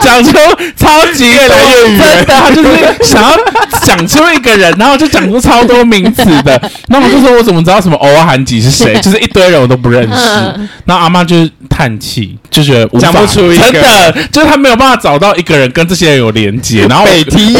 [SPEAKER 1] 讲出超级越
[SPEAKER 3] 来越远
[SPEAKER 1] 真的，他就是想要讲出一个人，然后就讲出超多名词的，那我就说我怎么知道什么偶尔韩吉是 谁？就是一堆人我都不认识。
[SPEAKER 2] 嗯，
[SPEAKER 1] 那阿妈就是叹气，就觉得无法
[SPEAKER 3] 讲不出一个
[SPEAKER 1] 真的，就是她没有办法找到一个人跟这些人有连 接。然后
[SPEAKER 3] 北梯，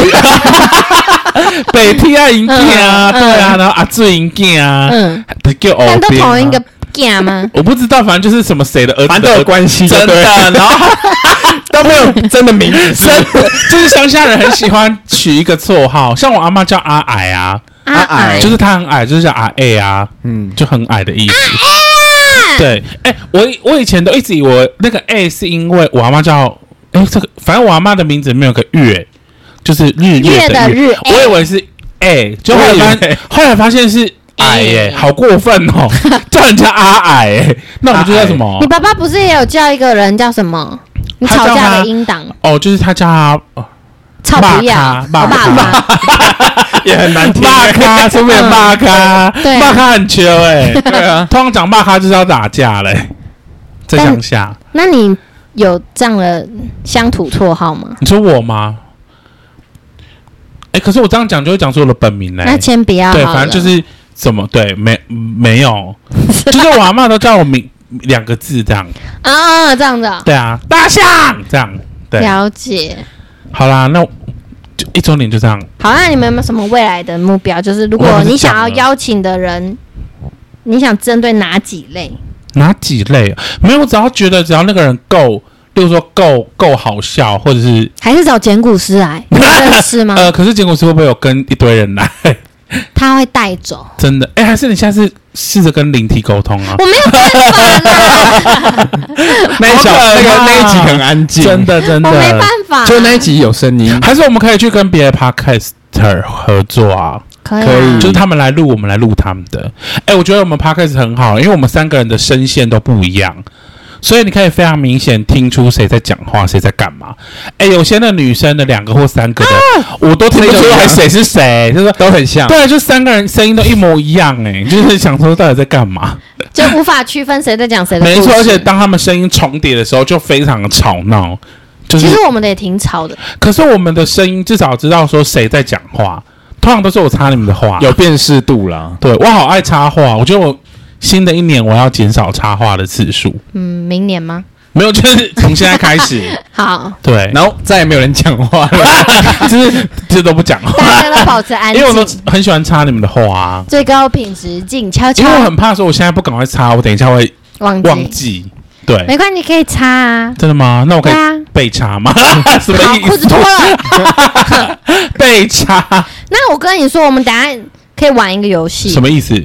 [SPEAKER 1] 北梯啊，银镜啊，
[SPEAKER 2] 嗯嗯
[SPEAKER 1] 对啊，然后阿醉银镜啊，
[SPEAKER 2] 嗯，
[SPEAKER 1] 还叫偶
[SPEAKER 2] 但都
[SPEAKER 1] 兵啊
[SPEAKER 2] 同一个，家吗？
[SPEAKER 1] 我不知道，反正就是什么谁的儿
[SPEAKER 3] 反
[SPEAKER 1] 子
[SPEAKER 3] 正都有
[SPEAKER 1] 的
[SPEAKER 3] 关系，
[SPEAKER 1] 真的，然后
[SPEAKER 3] 都没有真的名字，
[SPEAKER 1] 真的就是乡下人很喜欢取一个绰号，像我阿妈叫阿矮啊，
[SPEAKER 2] 阿矮
[SPEAKER 3] 矮
[SPEAKER 1] 就是她很矮，就是叫阿 A 啊，
[SPEAKER 3] 嗯，
[SPEAKER 1] 就很矮的意思。
[SPEAKER 2] 啊，
[SPEAKER 1] 对，哎、我以我以前都一直以为那个 A 是因为我阿妈叫，哎、这个反正我阿妈的名字里面有个月，就是日月
[SPEAKER 2] 月的
[SPEAKER 1] 月，
[SPEAKER 2] 日，
[SPEAKER 1] 我以
[SPEAKER 2] 哎
[SPEAKER 1] 为是 A，就后来发
[SPEAKER 3] 我以为哎
[SPEAKER 1] 后来发现是矮耶、好过分哦，叫人家阿矮耶、那我们就叫什么
[SPEAKER 2] 你？爸爸不是也有叫一个人叫什么？你
[SPEAKER 1] 他
[SPEAKER 2] 吵
[SPEAKER 1] 叫
[SPEAKER 2] 架
[SPEAKER 1] 他
[SPEAKER 2] 的应当
[SPEAKER 1] 哦，就是他叫他
[SPEAKER 2] 吵不要，
[SPEAKER 1] 骂
[SPEAKER 2] 骂
[SPEAKER 1] 他骂
[SPEAKER 2] 他。
[SPEAKER 3] 也很难听。
[SPEAKER 1] 骂咖，出面骂咖
[SPEAKER 2] 对，啊
[SPEAKER 1] 骂咖很缺哎、
[SPEAKER 3] 对啊，
[SPEAKER 1] 通常讲骂咖就是要打架嘞、在
[SPEAKER 2] 但
[SPEAKER 1] 乡下。
[SPEAKER 2] 那你有这样的乡土绰号吗？
[SPEAKER 1] 你说我吗？哎、可是我这样讲就会讲出我的本名嘞、
[SPEAKER 2] 那先不要好
[SPEAKER 1] 对，
[SPEAKER 2] 了。
[SPEAKER 1] 反正就是怎么对，没没 有，就是我阿妈都叫我名两个字这样。
[SPEAKER 2] 啊啊，这样子哦，
[SPEAKER 1] 对啊，大象这样。对，
[SPEAKER 2] 了解。
[SPEAKER 1] 好啦，那我就一周年就这样。
[SPEAKER 2] 好，那你们有没有什么未来的目标？就是如果你
[SPEAKER 1] 啊
[SPEAKER 2] 想要邀请的人，你想针对哪几类？
[SPEAKER 1] 哪几类啊？没有，我只要觉得只要那个人够，例如说够够好笑，或者是
[SPEAKER 2] 还是找简古师来？ 你认识吗？
[SPEAKER 1] 呃，可是结果是会不会有跟一堆人来？
[SPEAKER 2] 他会带走。
[SPEAKER 1] 真的？哎、还是你下次试着跟灵体沟通啊？
[SPEAKER 2] 我没有办 法啦，
[SPEAKER 3] 那一小
[SPEAKER 1] 好可怕
[SPEAKER 3] 那个那一集很安静，
[SPEAKER 1] 真，的真
[SPEAKER 2] 啊我
[SPEAKER 1] 的，
[SPEAKER 2] 没办法。
[SPEAKER 3] 就那一集有 声音，
[SPEAKER 1] 还是我们可以去跟别的 podcaster 合作啊，
[SPEAKER 2] 可以
[SPEAKER 3] 可
[SPEAKER 2] 啊
[SPEAKER 3] 以嗯
[SPEAKER 1] 就是他们来录，我们来录他们的。哎、我觉得我们 podcast 很好，因为我们三个人的声线都不一样，所以你可以非常明显听出谁在讲话，谁在干嘛。哎，有些那女生的两个或三个的，
[SPEAKER 2] 啊
[SPEAKER 1] 我都听不出来谁是啊谁，就是
[SPEAKER 3] 都很像。
[SPEAKER 1] 对，就三个人声音都一模一样、哎，就是想说到底在干嘛？
[SPEAKER 2] 就无法区分谁在讲谁的故
[SPEAKER 1] 没
[SPEAKER 2] 事。啊
[SPEAKER 1] 错，而且当他们声音重叠的时候，就非常的吵闹。就是
[SPEAKER 2] 其，实我们的也挺吵的，
[SPEAKER 1] 可是我们的声音至少知道说谁在讲话，通常都是我插你们的话。
[SPEAKER 3] 有辨识度啦，
[SPEAKER 1] 对我好爱插话，我觉得我新的一年我要减少插话的次数，
[SPEAKER 2] 嗯，明年吗？
[SPEAKER 1] 没有，就是从现在开始，
[SPEAKER 2] 好，
[SPEAKER 1] 对，
[SPEAKER 3] 然后再也没有人讲话了。
[SPEAKER 1] 后 就是这都不讲 话，
[SPEAKER 2] 大家都保持安
[SPEAKER 1] 因为我都
[SPEAKER 2] 静，
[SPEAKER 1] 很喜欢插你们的话、啊，
[SPEAKER 2] 最高品质静悄悄
[SPEAKER 1] 因，为我很怕说我现在不赶快插，我等一下会
[SPEAKER 2] 忘记
[SPEAKER 1] 忘记。对，
[SPEAKER 2] 没关系，可以擦啊。
[SPEAKER 1] 真的吗？那我可
[SPEAKER 2] 对
[SPEAKER 1] 以
[SPEAKER 2] 啊，
[SPEAKER 1] 被插吗？什么
[SPEAKER 2] 好，
[SPEAKER 1] 意
[SPEAKER 2] 裤
[SPEAKER 1] 思？
[SPEAKER 2] 子脱了。
[SPEAKER 1] 被插
[SPEAKER 2] 那我跟你说，我们等一下可以玩一个游戏
[SPEAKER 1] 什，么意思？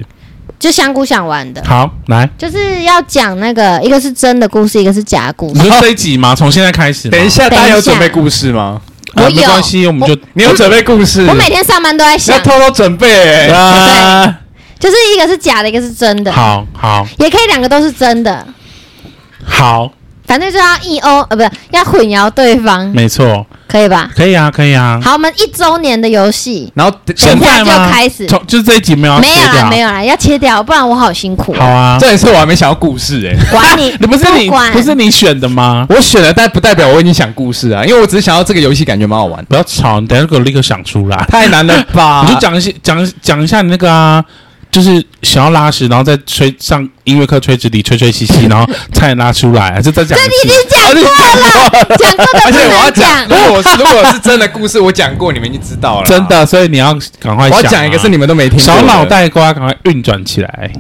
[SPEAKER 2] 就香菇想玩的，
[SPEAKER 1] 好，来，
[SPEAKER 2] 就是要讲那个一个是真的故事，一个是假的故
[SPEAKER 1] 你
[SPEAKER 2] 事。
[SPEAKER 1] 说这一集吗？从现在开始吗？
[SPEAKER 3] 等一下，
[SPEAKER 2] 等一下
[SPEAKER 3] 大家有准备故事吗？
[SPEAKER 1] 啊，
[SPEAKER 2] 我
[SPEAKER 1] 没
[SPEAKER 2] 有
[SPEAKER 1] 关系，我们就
[SPEAKER 3] 你有准备故事？
[SPEAKER 2] 我每天上班都在
[SPEAKER 3] 要
[SPEAKER 2] 想，
[SPEAKER 3] 偷偷准备欸。
[SPEAKER 1] 啊，
[SPEAKER 2] 就是一个是假的，一个是真的，
[SPEAKER 1] 好好
[SPEAKER 2] 也可以两个都是真的，
[SPEAKER 1] 好，
[SPEAKER 2] 反正就要一欧呃，不是要混淆对方，
[SPEAKER 1] 没错，
[SPEAKER 2] 可以吧？
[SPEAKER 1] 可以啊，可以啊。
[SPEAKER 2] 好，我们一周年的游戏，
[SPEAKER 3] 然后
[SPEAKER 2] 现
[SPEAKER 1] 现在
[SPEAKER 2] 在就
[SPEAKER 1] 吗
[SPEAKER 2] 开始，
[SPEAKER 1] 从就是这一集没有要
[SPEAKER 2] 没有
[SPEAKER 1] 切
[SPEAKER 2] 啦，
[SPEAKER 1] 掉
[SPEAKER 2] 没有啦，要切掉，不然我好辛苦。
[SPEAKER 1] 好啊，，
[SPEAKER 3] 这也是我还没想到故事哎。
[SPEAKER 2] 管你
[SPEAKER 1] 不是你
[SPEAKER 2] 不管
[SPEAKER 1] 不是你选的吗？
[SPEAKER 3] 我选了，但不代表我已经想故事啊，因为我只是想到这个游戏感觉蛮好玩，
[SPEAKER 1] 不要吵，你等下给我立刻想出来。
[SPEAKER 3] 太难了 吧？
[SPEAKER 1] 你就讲一些讲讲一下你那个啊，就是想要拉屎，然后再吹上音乐课吹直笛，吹吹吸 吸，然后差点拉出来，就再讲
[SPEAKER 2] 这
[SPEAKER 1] 一
[SPEAKER 2] 你已
[SPEAKER 1] 次。
[SPEAKER 2] 经讲过了，讲过的
[SPEAKER 3] 而
[SPEAKER 2] 不
[SPEAKER 3] 且我要
[SPEAKER 2] 能
[SPEAKER 3] 讲，如果我是如果是真的故事，我讲过你们已经知道了。
[SPEAKER 1] 真，的，所以你要赶快
[SPEAKER 3] 我
[SPEAKER 1] 想啊、
[SPEAKER 3] 要讲一个是你们都没听过的
[SPEAKER 1] 小脑，袋瓜，赶快运转起来，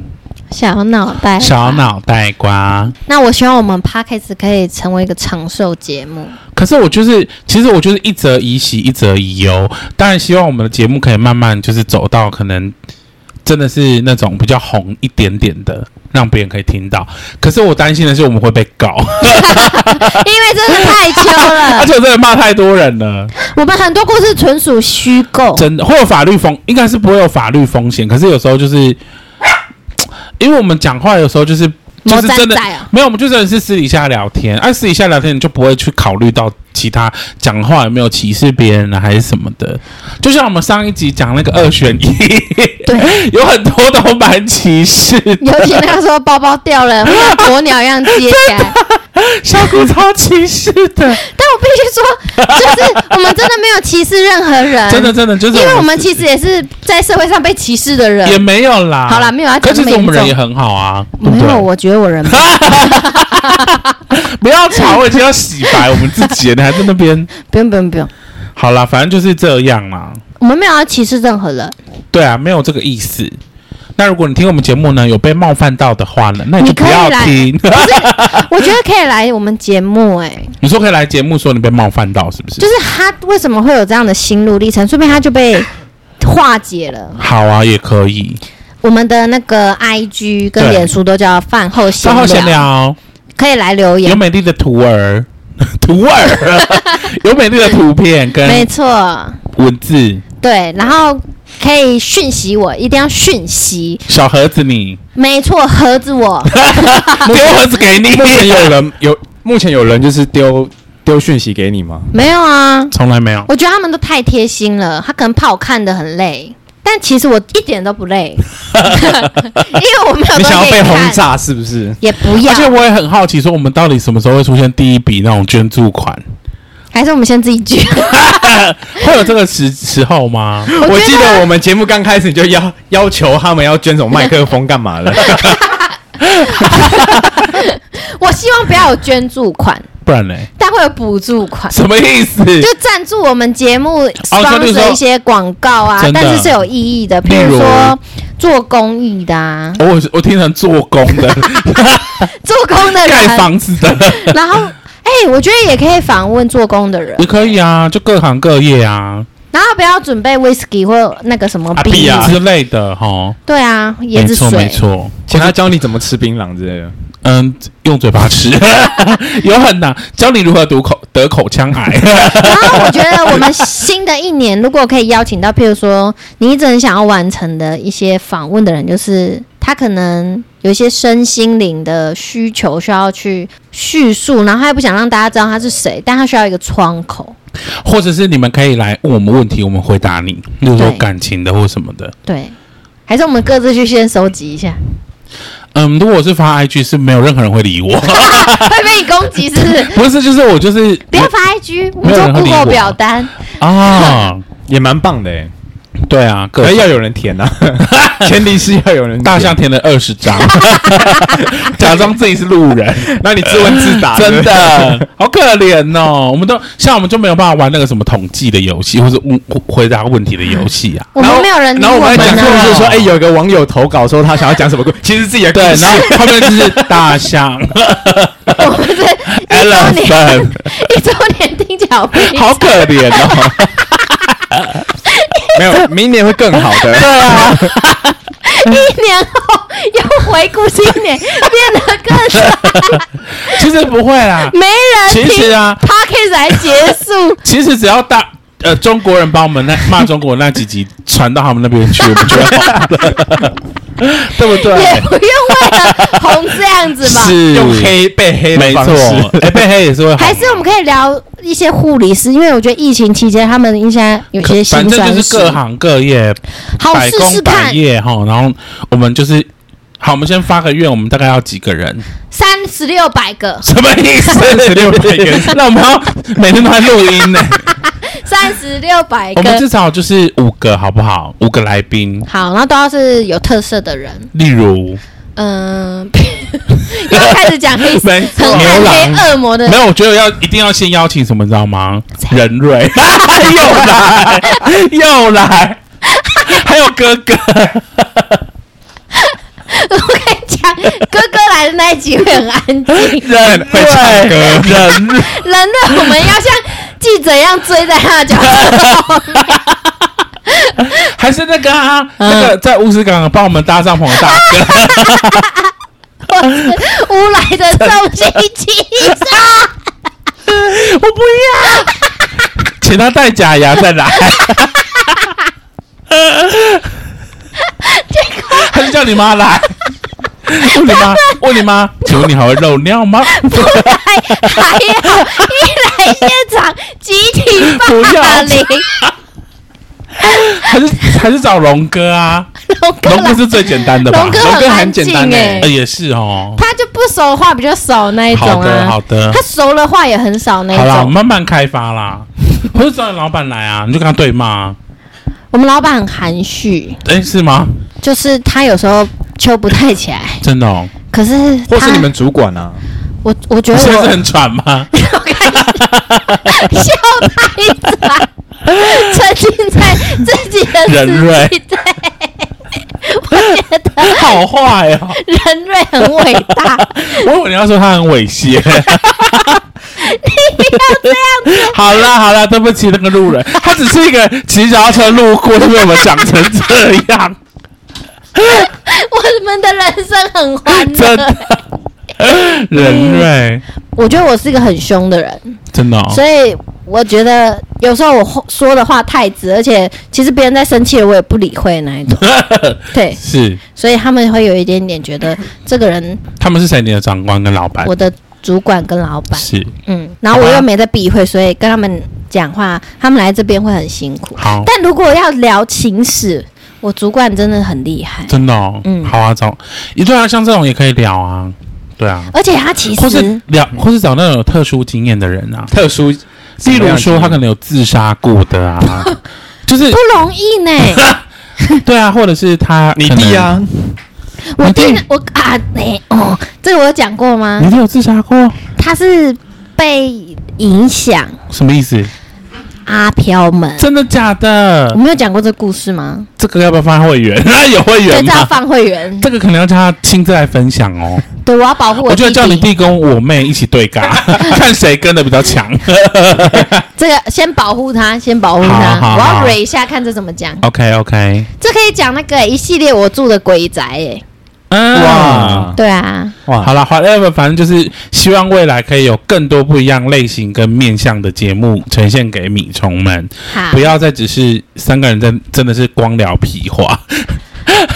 [SPEAKER 2] 小脑袋，
[SPEAKER 1] 小。脑袋瓜。
[SPEAKER 2] 那我希望我们 p a c k a g e 可以成为一个长寿节目，
[SPEAKER 1] 可是我就是，其实我就是一则以喜，一则以忧。当然，希望我们的节目可以慢慢就是走到可能真的是那种比较红一点点的，让别人可以听到。可是我担心的是我们会被告，
[SPEAKER 2] 因为真的太秋
[SPEAKER 1] 而
[SPEAKER 2] 了，
[SPEAKER 1] 且我真的骂太多人了，
[SPEAKER 2] 我们很多故事纯属虚构。
[SPEAKER 1] 真的会有法律风，应该是不会有法律风险。可是有时候就是，因为我们讲话有时候就是。就是真的
[SPEAKER 2] 摩站在哦
[SPEAKER 1] 没有，我们就真的是私底下聊天，而、私底下聊天你就不会去考虑到其他讲话有没有歧视别人啊，还是什么的。就像我们上一集讲那个二选一，
[SPEAKER 2] 对，
[SPEAKER 1] 有很多都蛮歧视的，
[SPEAKER 2] 尤其那个时候包包掉 了，会像鸵鸟一样接起来。
[SPEAKER 1] 小骨超歧视的，
[SPEAKER 2] 但我必须说，就是我们真的没有歧视任何人，
[SPEAKER 1] 真的，真的就是
[SPEAKER 2] 嗯因为我们其实也是在社会上被歧视的
[SPEAKER 1] 也
[SPEAKER 2] 人。
[SPEAKER 1] 没有啦。
[SPEAKER 2] 好啦没有要
[SPEAKER 1] 可
[SPEAKER 2] 讲
[SPEAKER 1] 其实
[SPEAKER 2] 每
[SPEAKER 1] 我们
[SPEAKER 2] 一
[SPEAKER 1] 人
[SPEAKER 2] 种
[SPEAKER 1] 也很好啊，对不
[SPEAKER 2] 没
[SPEAKER 1] 对
[SPEAKER 2] 有，我觉得我人
[SPEAKER 1] 不要吵，我已经要洗白我们自己了，你还在那边。
[SPEAKER 2] 不用不用不用，
[SPEAKER 1] 好啦，反正就是这样啦。
[SPEAKER 2] 我们没有要歧视任何人。
[SPEAKER 1] 对啊，没有这个意思。那如果你听我们节目呢，有被冒犯到的话呢，那你就
[SPEAKER 2] 你
[SPEAKER 1] 不
[SPEAKER 2] 可以
[SPEAKER 1] 要
[SPEAKER 2] 来
[SPEAKER 1] 听。
[SPEAKER 2] 我觉得可以来我们节目、哎，
[SPEAKER 1] 你说可以来节目说你被冒犯到，是不是？
[SPEAKER 2] 就是他为什么会有这样的心路历程，说明他就被化解了。
[SPEAKER 1] 好啊，也可以。
[SPEAKER 2] 我们的那个 IG 跟
[SPEAKER 1] 对
[SPEAKER 2] 脸书都叫饭后闲
[SPEAKER 1] 稍后闲
[SPEAKER 2] 聊，
[SPEAKER 1] 聊，
[SPEAKER 2] 可以来留
[SPEAKER 1] 有
[SPEAKER 2] 言。
[SPEAKER 1] 美丽的图儿， 图儿， 有美丽的图片
[SPEAKER 2] 没
[SPEAKER 1] 跟
[SPEAKER 2] 错，
[SPEAKER 1] 文字，
[SPEAKER 2] 对，然后可以讯息我，一定要讯息。
[SPEAKER 1] 小盒子你，
[SPEAKER 2] 没错，盒子 我
[SPEAKER 1] 丢盒子给你
[SPEAKER 3] 目，前有人有目前有人就是丢丢讯息给你吗？
[SPEAKER 2] 没有啊，
[SPEAKER 1] 从来没有。
[SPEAKER 2] 我觉得他们都太贴心了，他可能怕我看得很累，但其实我一点都不 累， 因为我没有东
[SPEAKER 3] 你想
[SPEAKER 2] 西
[SPEAKER 3] 要被轰
[SPEAKER 2] 看，
[SPEAKER 3] 炸是不是？
[SPEAKER 2] 也不要
[SPEAKER 1] 而且，我也很好奇，说我们到底什么时候会出现第一笔那种捐助款？
[SPEAKER 2] 还是我们先自己举。
[SPEAKER 1] 会有这个时时候吗？
[SPEAKER 2] 我觉
[SPEAKER 3] 我
[SPEAKER 2] 得
[SPEAKER 3] 记得我们节目刚开始就要要求他们要捐种麦克风干嘛的，
[SPEAKER 2] 我希望不要有捐助款，
[SPEAKER 1] 不然呢？
[SPEAKER 2] 但会有补助款。
[SPEAKER 1] 什么意思？
[SPEAKER 2] 就赞助我们节
[SPEAKER 1] 哦
[SPEAKER 2] 目
[SPEAKER 1] 就例如
[SPEAKER 2] sponsor
[SPEAKER 1] 说
[SPEAKER 2] 一些广告啊
[SPEAKER 1] 真，的
[SPEAKER 2] 但是是有意义的，
[SPEAKER 1] 例
[SPEAKER 2] 譬
[SPEAKER 1] 如
[SPEAKER 2] 如说做公益的啊，
[SPEAKER 1] 哦我我听成做工 的、
[SPEAKER 2] 做工的
[SPEAKER 1] 盖
[SPEAKER 2] 人，
[SPEAKER 1] 房子的，
[SPEAKER 2] 然后哎、我觉得也可以访问做工的人
[SPEAKER 1] 也，可以啊，就各行各业啊，
[SPEAKER 2] 然后不要准备 whisky 或那个什么
[SPEAKER 3] 啊
[SPEAKER 2] 冰
[SPEAKER 3] 必，啊
[SPEAKER 1] 之类的哈。
[SPEAKER 2] 对啊，椰
[SPEAKER 1] 没
[SPEAKER 2] 子
[SPEAKER 1] 错
[SPEAKER 2] 水，
[SPEAKER 1] 没错，
[SPEAKER 3] 请他教你怎么吃槟榔之类的。
[SPEAKER 1] 嗯，用嘴巴 吃，有很难教你如何读口得口腔 癌。
[SPEAKER 2] 然后我觉得我们新的一年，如果可以邀请到，譬如说你一直很想要完成的一些访问的人，就是他可能有一些身心灵的需求需要去叙述，然后他也不想让大家知道他是谁，但他需要一个窗口。
[SPEAKER 1] 或者是你们可以来问我们问题，我们回答你，例如说
[SPEAKER 2] 对
[SPEAKER 1] 感情的或什么的。
[SPEAKER 2] 对，还是我们各自去先收集 一下，
[SPEAKER 1] 嗯，如果是发 IG 是没有任何人会理我，
[SPEAKER 2] 会被你攻击是不是？
[SPEAKER 1] 不是，就是我就是
[SPEAKER 2] 不要发 IG，我
[SPEAKER 1] 没
[SPEAKER 2] 们
[SPEAKER 1] 有
[SPEAKER 2] 做
[SPEAKER 1] 人会理
[SPEAKER 2] Google
[SPEAKER 1] 我
[SPEAKER 2] 表单。
[SPEAKER 1] 啊、
[SPEAKER 3] 也蛮棒的哎，
[SPEAKER 1] 对啊，各
[SPEAKER 3] 可
[SPEAKER 1] 种
[SPEAKER 3] 是要有人填呐，前提是要有人填
[SPEAKER 1] 大象。填了二十 张，假装自己是路人，
[SPEAKER 3] 那你自问自答，
[SPEAKER 1] 真的啊好可怜哦。我们都像我们就没有办法玩那个什么统计的游戏，或者问回答问题的游戏啊。
[SPEAKER 2] 我
[SPEAKER 3] 然
[SPEAKER 2] 们
[SPEAKER 3] 后
[SPEAKER 2] 没有人理
[SPEAKER 3] 然后我
[SPEAKER 2] 我
[SPEAKER 3] 们还
[SPEAKER 2] 们
[SPEAKER 3] 讲
[SPEAKER 2] 啊
[SPEAKER 3] 错是说，哎，有一个网友投稿说他想要讲什么故，其实自己的故
[SPEAKER 1] 对，
[SPEAKER 3] 事
[SPEAKER 1] 然后后面就是大 象
[SPEAKER 2] 我们这 一周年
[SPEAKER 1] elephant，
[SPEAKER 2] 一周年听起来好悲
[SPEAKER 1] 好可怜哦。
[SPEAKER 3] 没有，明年会更好的。
[SPEAKER 2] 一年后又回顾新年，变得更少，
[SPEAKER 1] 其实不会啦，
[SPEAKER 2] 没人
[SPEAKER 1] 其
[SPEAKER 2] 听。
[SPEAKER 1] 实啊，
[SPEAKER 2] p o d c a s t 来结束，
[SPEAKER 1] 其实只要大呃中国人把我们那骂中国那几集传到他们那边去，我们就好了， 对不
[SPEAKER 2] 也
[SPEAKER 1] 对？
[SPEAKER 2] 不用为了红这样子吧。
[SPEAKER 1] 是
[SPEAKER 3] 用黑被黑的
[SPEAKER 1] 没
[SPEAKER 3] 方
[SPEAKER 1] 错
[SPEAKER 3] 式，
[SPEAKER 1] 哎、被黑也是会好
[SPEAKER 2] 还是我们可以聊一些护理师，因为我觉得疫情期间他们应该有
[SPEAKER 1] 可
[SPEAKER 2] 些
[SPEAKER 1] 反
[SPEAKER 2] 辛
[SPEAKER 1] 正
[SPEAKER 2] 酸
[SPEAKER 1] 就是
[SPEAKER 2] 史
[SPEAKER 1] 各行各业，
[SPEAKER 2] 好
[SPEAKER 1] 百
[SPEAKER 2] 试
[SPEAKER 1] 工
[SPEAKER 2] 哦试
[SPEAKER 1] 百
[SPEAKER 2] 看，
[SPEAKER 1] 业哈。然后我们就是，好，我们先发个愿，我们大概要几个人？
[SPEAKER 2] 三十六百个，
[SPEAKER 1] 什么意思？
[SPEAKER 3] 36百个人
[SPEAKER 1] 那我们要每天都在录音呢、
[SPEAKER 2] 三十六百
[SPEAKER 1] 我们至
[SPEAKER 2] 个。
[SPEAKER 1] 少就是五个，好不好？五个来宾，
[SPEAKER 2] 好，然后都要是有特色的人，
[SPEAKER 1] 例如
[SPEAKER 2] 嗯，又要开始讲黑
[SPEAKER 1] 没错
[SPEAKER 2] 很暗
[SPEAKER 1] 牛
[SPEAKER 2] 黑恶魔的
[SPEAKER 1] 没有，我觉得要一定要先邀请什么，你知道吗？任瑞 又来又来，还有哥哥，
[SPEAKER 2] 我跟你讲，哥哥来的那一集会很安 静，
[SPEAKER 1] 任
[SPEAKER 3] 会唱歌
[SPEAKER 1] 瑞任瑞。
[SPEAKER 2] 人类我们要像记者一样追在他的脚后面。
[SPEAKER 1] 还是那个啊，那个在乌斯港帮我们搭帐篷的大哥，
[SPEAKER 2] 乌来的重心七 杀，
[SPEAKER 1] 我不要，请他带假牙再来。还是叫你妈来？问你妈，问你妈，请问你还会漏尿吗？
[SPEAKER 2] 不来还好，一来现场集体霸凌，
[SPEAKER 1] 还是还是找龙哥啊？
[SPEAKER 2] 龙哥
[SPEAKER 1] 龙
[SPEAKER 2] 来
[SPEAKER 1] 哥是最简单的吧？
[SPEAKER 2] 龙哥很安静
[SPEAKER 3] 龙哥很简单
[SPEAKER 2] 哎
[SPEAKER 3] 欸
[SPEAKER 1] 呃，也是哦。
[SPEAKER 2] 他就不熟的话比较少那一种
[SPEAKER 1] 好的，
[SPEAKER 2] 啊，
[SPEAKER 1] 好的
[SPEAKER 2] 他，熟的话也很少那一
[SPEAKER 1] 好啦，
[SPEAKER 2] 种。
[SPEAKER 1] 慢慢开发啦。或者找你老板来啊，你就跟他对骂啊。
[SPEAKER 2] 我们老板很含蓄，
[SPEAKER 1] 哎，是吗？
[SPEAKER 2] 就是他有时候揪不太起来，
[SPEAKER 1] 真的哦。
[SPEAKER 2] 可是
[SPEAKER 3] 或
[SPEAKER 2] 他
[SPEAKER 3] 是你们主管啊，
[SPEAKER 2] 我我觉
[SPEAKER 1] 你
[SPEAKER 2] 得
[SPEAKER 1] 现在
[SPEAKER 2] 我
[SPEAKER 1] 是很喘吗？
[SPEAKER 2] 我看你笑太惨，沉浸在自己的
[SPEAKER 1] 人
[SPEAKER 2] 世
[SPEAKER 1] 瑞
[SPEAKER 2] 界。对，我觉得
[SPEAKER 1] 好坏哦！
[SPEAKER 2] 人瑞很伟大，
[SPEAKER 1] 我以为你要说他很猥亵。
[SPEAKER 2] 你不要这样子。
[SPEAKER 1] 好啦好啦，对不起那个路 人，他只是一个骑脚踏车路过，就被我们讲成这 样，
[SPEAKER 2] 我们的人生很欢
[SPEAKER 1] 真
[SPEAKER 2] 乐。
[SPEAKER 1] 的。人瑞，
[SPEAKER 2] 我觉得我是一个很凶的人，
[SPEAKER 1] 真的、哦，
[SPEAKER 2] 所以我觉得有时候我后说的话太直，而且其实别人在生气了，我也不理会那一种。对，
[SPEAKER 1] 是
[SPEAKER 2] 所以他们会有一点点 觉得这个人，
[SPEAKER 1] 他们是谁？你的长官跟老板
[SPEAKER 2] 我的主管跟老板。
[SPEAKER 1] 哎是
[SPEAKER 2] 嗯，然后我又没在避讳，所以跟他们讲话，他们来这边会很辛苦。
[SPEAKER 1] 好，
[SPEAKER 2] 但如果要聊情史，我主管真的很厉害，
[SPEAKER 1] 真的、哦，
[SPEAKER 2] 嗯
[SPEAKER 1] 好啊，找一对啊，像这种也可以聊啊，对啊，
[SPEAKER 2] 而且他其
[SPEAKER 1] 或是
[SPEAKER 2] 实
[SPEAKER 1] 聊，或是找那种有特殊经验的人啊，
[SPEAKER 3] 特殊，
[SPEAKER 1] 例如说他可能有自杀过的 啊，就是
[SPEAKER 2] 不容易 呢。
[SPEAKER 1] 对啊，或者是他
[SPEAKER 3] 你
[SPEAKER 1] 可能
[SPEAKER 3] 弟啊，
[SPEAKER 2] 我
[SPEAKER 1] 你
[SPEAKER 2] 听
[SPEAKER 1] 弟
[SPEAKER 2] 我啊，哎、哦，这个我有讲过吗
[SPEAKER 1] 你？弟有自杀过？
[SPEAKER 2] 他是被影响
[SPEAKER 1] 什么意思？
[SPEAKER 2] 嗯阿飘们，
[SPEAKER 1] 真的假的
[SPEAKER 2] 我？没有讲过这故事吗？
[SPEAKER 1] 这个要不要放会员？ 有会
[SPEAKER 2] 对，
[SPEAKER 1] 员
[SPEAKER 2] 这要
[SPEAKER 1] 吗？
[SPEAKER 2] 放会员，
[SPEAKER 1] 这个可能要叫他亲自来分享哦。
[SPEAKER 2] 对，我要保护
[SPEAKER 1] 我
[SPEAKER 2] 弟
[SPEAKER 1] 觉得
[SPEAKER 2] 弟。
[SPEAKER 1] 叫你弟跟我妹一起对 尬，看谁跟的比较强。
[SPEAKER 2] 这个先保护他，先保护他。
[SPEAKER 1] 好好
[SPEAKER 2] 我要
[SPEAKER 1] 好
[SPEAKER 2] re 一下，看这怎么讲。
[SPEAKER 1] OK OK，
[SPEAKER 2] 这可以讲那个、一系列我住的鬼宅哎、
[SPEAKER 1] 嗯，哇
[SPEAKER 3] 哇，
[SPEAKER 2] 对啊，
[SPEAKER 3] 哇，
[SPEAKER 1] 好了，whatever，反正就是希望未来可以有更多不一样类型跟面向的节目呈现给米虫们，
[SPEAKER 2] 好，
[SPEAKER 1] 不要再只是三个人在真的是光聊屁话。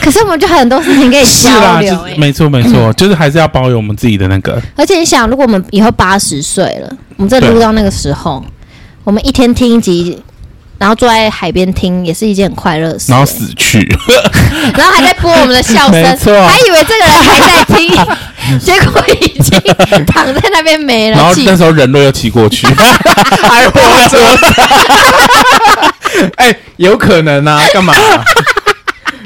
[SPEAKER 2] 可是我们就很多事情可以
[SPEAKER 1] 是
[SPEAKER 2] 交
[SPEAKER 1] 啦，
[SPEAKER 2] 流、
[SPEAKER 1] 就是
[SPEAKER 2] 欸。
[SPEAKER 1] 没错没错，就是还是要保有我们自己的那个。
[SPEAKER 2] 而且你想，如果我们以后八十岁了，我们再录
[SPEAKER 1] 对
[SPEAKER 2] 到那个时候，我们一天听一集，然后坐在海边听，也是一件很快乐的事、
[SPEAKER 1] 然后
[SPEAKER 2] 欸
[SPEAKER 1] 死去，
[SPEAKER 2] 然后还在播我们的笑 声，
[SPEAKER 1] 没错
[SPEAKER 2] 还以为这个人还在听， 结果已经躺在那边没
[SPEAKER 1] 然后
[SPEAKER 2] 了气
[SPEAKER 1] 那。时候人类又骑过去，
[SPEAKER 3] 还活着。 哎、有可能啊，干嘛、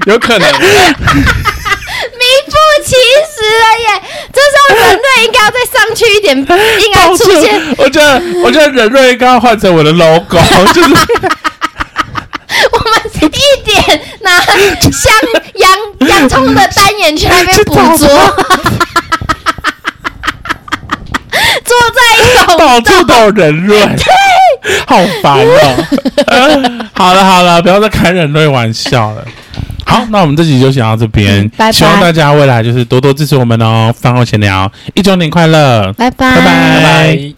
[SPEAKER 3] 有可能，
[SPEAKER 2] 名副其实了耶！这时候人类应该要再上去一点，应该 出现
[SPEAKER 1] 我觉得，我觉得人类刚刚换成我的 logo，就是
[SPEAKER 2] 我们一点拿香洋洋葱的单眼去那边捕捉， 坐在一种
[SPEAKER 1] 到处都有人 类，好烦哦。 好了好了，不要再开人类玩笑了。好，那我们这集就先到这边，
[SPEAKER 2] 嗯拜拜
[SPEAKER 1] 希望大家未来就是多多支持我们哦。饭后闲聊，一周年快乐，
[SPEAKER 2] 拜拜
[SPEAKER 1] 拜拜
[SPEAKER 3] 拜拜。